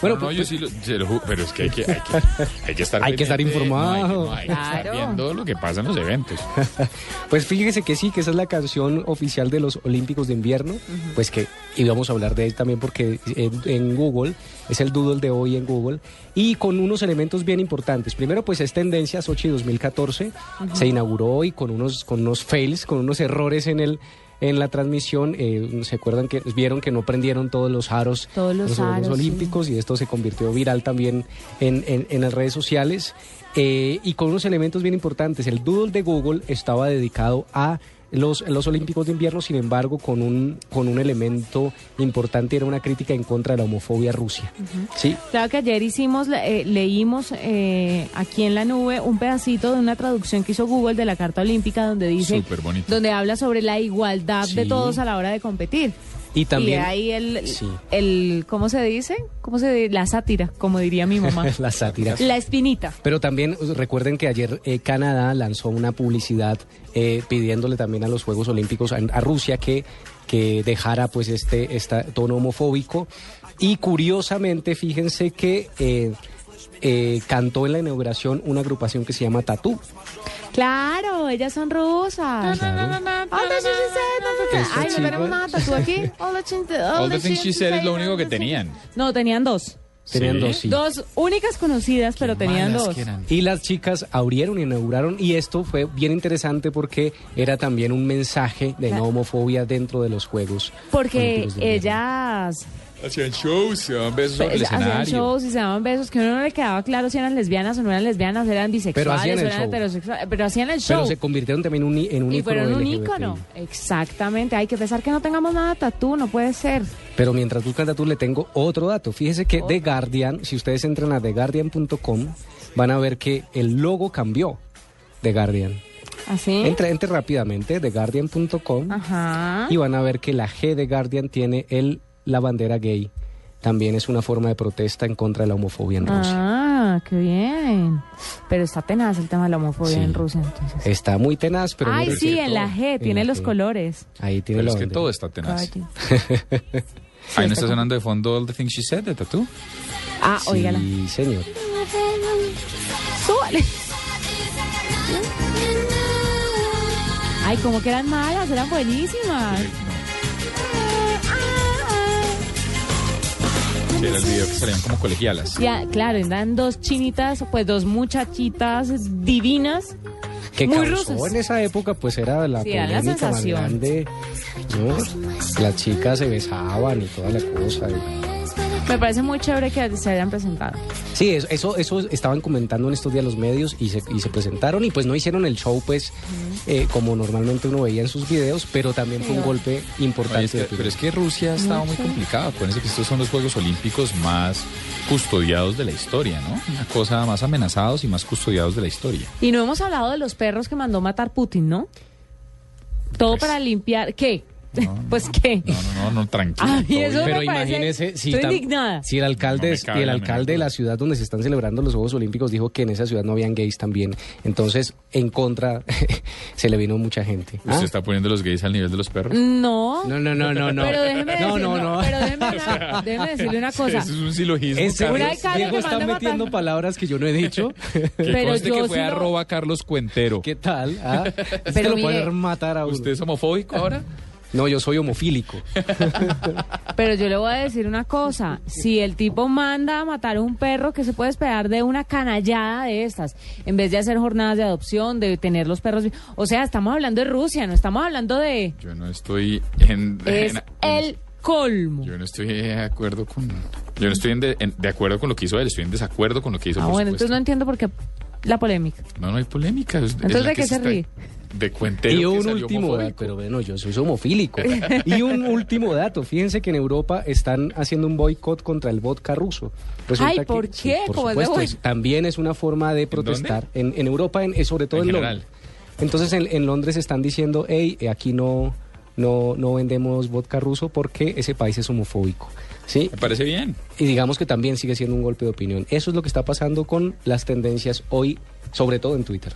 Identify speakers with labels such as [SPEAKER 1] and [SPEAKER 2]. [SPEAKER 1] Bueno,
[SPEAKER 2] no, no,
[SPEAKER 1] pues-
[SPEAKER 2] yo sí lo, se lo ju- pero es que hay que, hay que, hay que estar
[SPEAKER 1] Hay que estar
[SPEAKER 2] pendiente,
[SPEAKER 1] informado.
[SPEAKER 2] No, hay, que- no, hay que estar
[SPEAKER 3] Claro.
[SPEAKER 2] viendo lo que pasa en los eventos.
[SPEAKER 1] Pues fíjese que sí, que esa es la canción oficial de los Olímpicos de Invierno, pues que íbamos a hablar de él también porque en, en Google, es el doodle de hoy en Google, y con unos elementos bien importantes. Primero, pues es tendencia Sochi 2014, se inauguró hoy con unos, con unos fails, con unos errores en el... En la transmisión, eh, ¿se acuerdan que vieron que no prendieron todos los aros
[SPEAKER 3] Todos los
[SPEAKER 1] de
[SPEAKER 3] aros, sí.
[SPEAKER 1] olímpicos y esto se convirtió viral también en, en- en las redes sociales? Eh, y con unos elementos bien importantes. El doodle de Google estaba dedicado a los, los Olímpicos de Invierno, sin embargo, con un, con un elemento importante, era una crítica en contra de la homofobia rusa. Sí,
[SPEAKER 3] Claro que ayer hicimos, eh, leímos eh, aquí en la nube un pedacito de una traducción que hizo Google de la Carta Olímpica donde dice,
[SPEAKER 2] Súper bonito.
[SPEAKER 3] donde habla sobre la igualdad de
[SPEAKER 1] Sí.
[SPEAKER 3] todos a la hora de competir.
[SPEAKER 1] y también...
[SPEAKER 3] y ahí el,
[SPEAKER 1] Sí.
[SPEAKER 3] el, ¿cómo se dice? ¿Cómo se dice? La sátira, como diría mi mamá.
[SPEAKER 1] la sátira.
[SPEAKER 3] la espinita.
[SPEAKER 1] Pero también eh, recuerden que ayer eh, Canadá lanzó una publicidad eh, pidiéndole también a los Juegos Olímpicos a, a Rusia que, que dejara pues este, esta- tono homofóbico. Y curiosamente, fíjense que eh, eh, cantó en la inauguración una agrupación que se llama Tatú.
[SPEAKER 3] Claro, ellas son rusas.
[SPEAKER 1] Eso,
[SPEAKER 3] Ay, no
[SPEAKER 1] chicos.
[SPEAKER 3] tenemos nada tatú aquí. All the things- all
[SPEAKER 2] All the things she said es lo
[SPEAKER 3] all
[SPEAKER 2] único
[SPEAKER 3] the
[SPEAKER 2] que
[SPEAKER 3] things-
[SPEAKER 2] tenían.
[SPEAKER 3] No, tenían dos.
[SPEAKER 1] Tenían
[SPEAKER 2] Sí.
[SPEAKER 1] dos sí.
[SPEAKER 3] Dos únicas conocidas, pero tenían
[SPEAKER 2] Malas
[SPEAKER 3] dos.
[SPEAKER 2] que eran.
[SPEAKER 1] Y las chicas abrieron, inauguraron, y esto fue bien interesante porque era también un mensaje de no
[SPEAKER 3] Claro.
[SPEAKER 1] homofobia dentro de los Juegos.
[SPEAKER 3] Porque
[SPEAKER 1] Olímpicos de Invierno.
[SPEAKER 3] ellas
[SPEAKER 2] Hacían shows, se daban besos sobre el
[SPEAKER 3] pues, hacían
[SPEAKER 2] escenario.
[SPEAKER 3] shows y se daban besos que uno no le quedaba claro si eran lesbianas o no eran lesbianas, eran bisexuales,
[SPEAKER 1] hacían el
[SPEAKER 3] eran
[SPEAKER 1] show.
[SPEAKER 3] heterosexuales, pero hacían el show.
[SPEAKER 1] Pero se convirtieron también un i- en un
[SPEAKER 3] y
[SPEAKER 1] ícono
[SPEAKER 3] fueron un
[SPEAKER 1] LGBT.
[SPEAKER 3] ícono. Exactamente. Hay que pensar que no tengamos nada de tatú, no puede ser.
[SPEAKER 1] Pero mientras buscan datos, le tengo otro dato. Fíjese que The Guardian, si ustedes entran a TheGuardian.com, van a ver que el logo cambió. The Guardian.
[SPEAKER 3] ¿Así?
[SPEAKER 1] Entre, entre rápidamente, TheGuardian.com,
[SPEAKER 3] Ajá.
[SPEAKER 1] y van a ver que la G de Guardian tiene el, la bandera gay. También es una forma de protesta en contra de la homofobia en Rusia.
[SPEAKER 3] Ah, qué bien. Pero está tenaz el tema de la homofobia
[SPEAKER 1] Sí.
[SPEAKER 3] en Rusia, entonces.
[SPEAKER 1] Está muy tenaz, pero...
[SPEAKER 3] Ah. Ay,
[SPEAKER 1] mire
[SPEAKER 3] sí,
[SPEAKER 1] que-
[SPEAKER 3] en la G,
[SPEAKER 1] en
[SPEAKER 3] tiene
[SPEAKER 1] la
[SPEAKER 3] los
[SPEAKER 1] G.
[SPEAKER 3] colores.
[SPEAKER 1] Ahí tiene
[SPEAKER 2] Pero
[SPEAKER 1] la
[SPEAKER 2] es que
[SPEAKER 1] bandera.
[SPEAKER 2] todo está tenaz.
[SPEAKER 3] Caballo.
[SPEAKER 2] Ahí no
[SPEAKER 3] está
[SPEAKER 2] está sonando de fondo All the things she said de Tatú.
[SPEAKER 3] Ah, óigala.
[SPEAKER 1] Sí, señor.
[SPEAKER 3] Súbale. Ay, como que eran malas, eran buenísimas.
[SPEAKER 2] Que era el video que salían como colegialas.
[SPEAKER 3] Ya, claro, eran dos chinitas, pues dos muchachitas divinas.
[SPEAKER 1] que
[SPEAKER 3] Muy
[SPEAKER 1] causó
[SPEAKER 3] rusas.
[SPEAKER 1] en esa época pues era la
[SPEAKER 3] Sí, era la
[SPEAKER 1] polémica más
[SPEAKER 3] sensación.
[SPEAKER 1] grande ¿no? las chicas se besaban y toda la cosa y-
[SPEAKER 3] Me parece muy chévere que se hayan presentado.
[SPEAKER 1] sí eso, eso eso estaban comentando en estos días los medios y se, y se presentaron y pues no hicieron el show pues eh, como normalmente uno veía en sus videos pero también fue un golpe importante
[SPEAKER 2] Oye, es que-
[SPEAKER 1] de
[SPEAKER 2] pero
[SPEAKER 1] opinión.
[SPEAKER 2] es que Rusia ha estado muy complicada. Acuérdense que estos son los Juegos Olímpicos más custodiados de la historia, ¿no? Una cosa más amenazados y más custodiados de la historia.
[SPEAKER 3] Y no hemos hablado de los perros que mandó matar Putin, ¿no? Todo
[SPEAKER 2] Pues-
[SPEAKER 3] para limpiar. ¿Qué?
[SPEAKER 2] No,
[SPEAKER 3] pues qué.
[SPEAKER 2] No, no, no, no tranquilo.
[SPEAKER 3] Ay,
[SPEAKER 2] todo
[SPEAKER 3] eso
[SPEAKER 2] bien.
[SPEAKER 1] Pero
[SPEAKER 3] me parece-
[SPEAKER 1] imagínese si,
[SPEAKER 3] estoy
[SPEAKER 1] tam-
[SPEAKER 3] indignada.
[SPEAKER 1] si el alcalde
[SPEAKER 2] No me
[SPEAKER 1] es-
[SPEAKER 2] cabe
[SPEAKER 1] y el
[SPEAKER 2] la
[SPEAKER 1] alcalde
[SPEAKER 2] menor
[SPEAKER 1] de la
[SPEAKER 2] duda.
[SPEAKER 1] ciudad donde se están celebrando los Juegos Olímpicos dijo que en esa ciudad no habían gays también. Entonces, en contra se le vino mucha gente. ¿Ah?
[SPEAKER 2] ¿Usted está poniendo los gays al nivel de los perros?
[SPEAKER 3] No.
[SPEAKER 1] No, no, no, no, no.
[SPEAKER 3] Pero déjeme decir,
[SPEAKER 1] no, no, no.
[SPEAKER 3] Pero déjeme, déjeme decirle una cosa.
[SPEAKER 2] Eso es un silogismo.
[SPEAKER 1] En serio,
[SPEAKER 3] Una cara
[SPEAKER 1] Diego
[SPEAKER 3] que
[SPEAKER 1] está
[SPEAKER 3] manda a
[SPEAKER 1] metiendo
[SPEAKER 3] matar.
[SPEAKER 1] palabras que yo no he dicho.
[SPEAKER 2] Que
[SPEAKER 3] Pero
[SPEAKER 2] conste
[SPEAKER 3] yo
[SPEAKER 2] que
[SPEAKER 3] sí
[SPEAKER 2] fue
[SPEAKER 3] lo-
[SPEAKER 2] arroba Carlos Cuentero.
[SPEAKER 1] ¿Qué tal? ah? Usted
[SPEAKER 3] Pero
[SPEAKER 1] lo puede
[SPEAKER 3] mire-
[SPEAKER 1] matar a uno.
[SPEAKER 2] ¿Usted es homofóbico ahora?
[SPEAKER 1] No, yo soy homofílico.
[SPEAKER 3] Pero yo le voy a decir una cosa. Si el tipo manda a matar a un perro, ¿qué se puede esperar de una canallada de estas? En vez de hacer jornadas de adopción, de tener los perros. O sea, estamos hablando de Rusia, no estamos hablando de.
[SPEAKER 2] Yo no estoy en...
[SPEAKER 3] Es
[SPEAKER 2] en-
[SPEAKER 3] el colmo.
[SPEAKER 2] Yo no estoy de acuerdo con... Yo no estoy en de, en- de acuerdo con lo que hizo él, estoy en desacuerdo con lo que hizo,
[SPEAKER 3] Ah,
[SPEAKER 2] por
[SPEAKER 3] bueno, entonces
[SPEAKER 2] supuesto.
[SPEAKER 3] no entiendo por qué la polémica.
[SPEAKER 2] No, no hay polémica. es- es
[SPEAKER 3] Entonces,
[SPEAKER 2] la
[SPEAKER 3] ¿de qué
[SPEAKER 2] que
[SPEAKER 3] se
[SPEAKER 2] está-
[SPEAKER 3] ríe?
[SPEAKER 2] De Cuentero
[SPEAKER 1] Y
[SPEAKER 2] que
[SPEAKER 1] un
[SPEAKER 2] salió
[SPEAKER 1] último dato,
[SPEAKER 2] homofóbico.
[SPEAKER 1] pero bueno, yo soy homofílico. Y un último dato, fíjense que en Europa están haciendo un boicot contra el vodka ruso.
[SPEAKER 3] Ay, ¿por
[SPEAKER 1] sí,
[SPEAKER 3] qué?
[SPEAKER 1] por
[SPEAKER 3] ¿Cómo es de
[SPEAKER 1] supuesto,
[SPEAKER 3] bueno?
[SPEAKER 1] es- también es una forma de
[SPEAKER 2] dónde?
[SPEAKER 1] protestar. En, en Europa, en- eh, sobre todo en,
[SPEAKER 2] En
[SPEAKER 1] Londres.
[SPEAKER 2] general.
[SPEAKER 1] Entonces en, en Londres están diciendo, hey, aquí no, no, no vendemos vodka ruso porque ese país es homofóbico. ¿Sí?
[SPEAKER 2] Me parece bien.
[SPEAKER 1] Y digamos que también sigue siendo un golpe de opinión. Eso es lo que está pasando con las tendencias hoy, sobre todo en Twitter.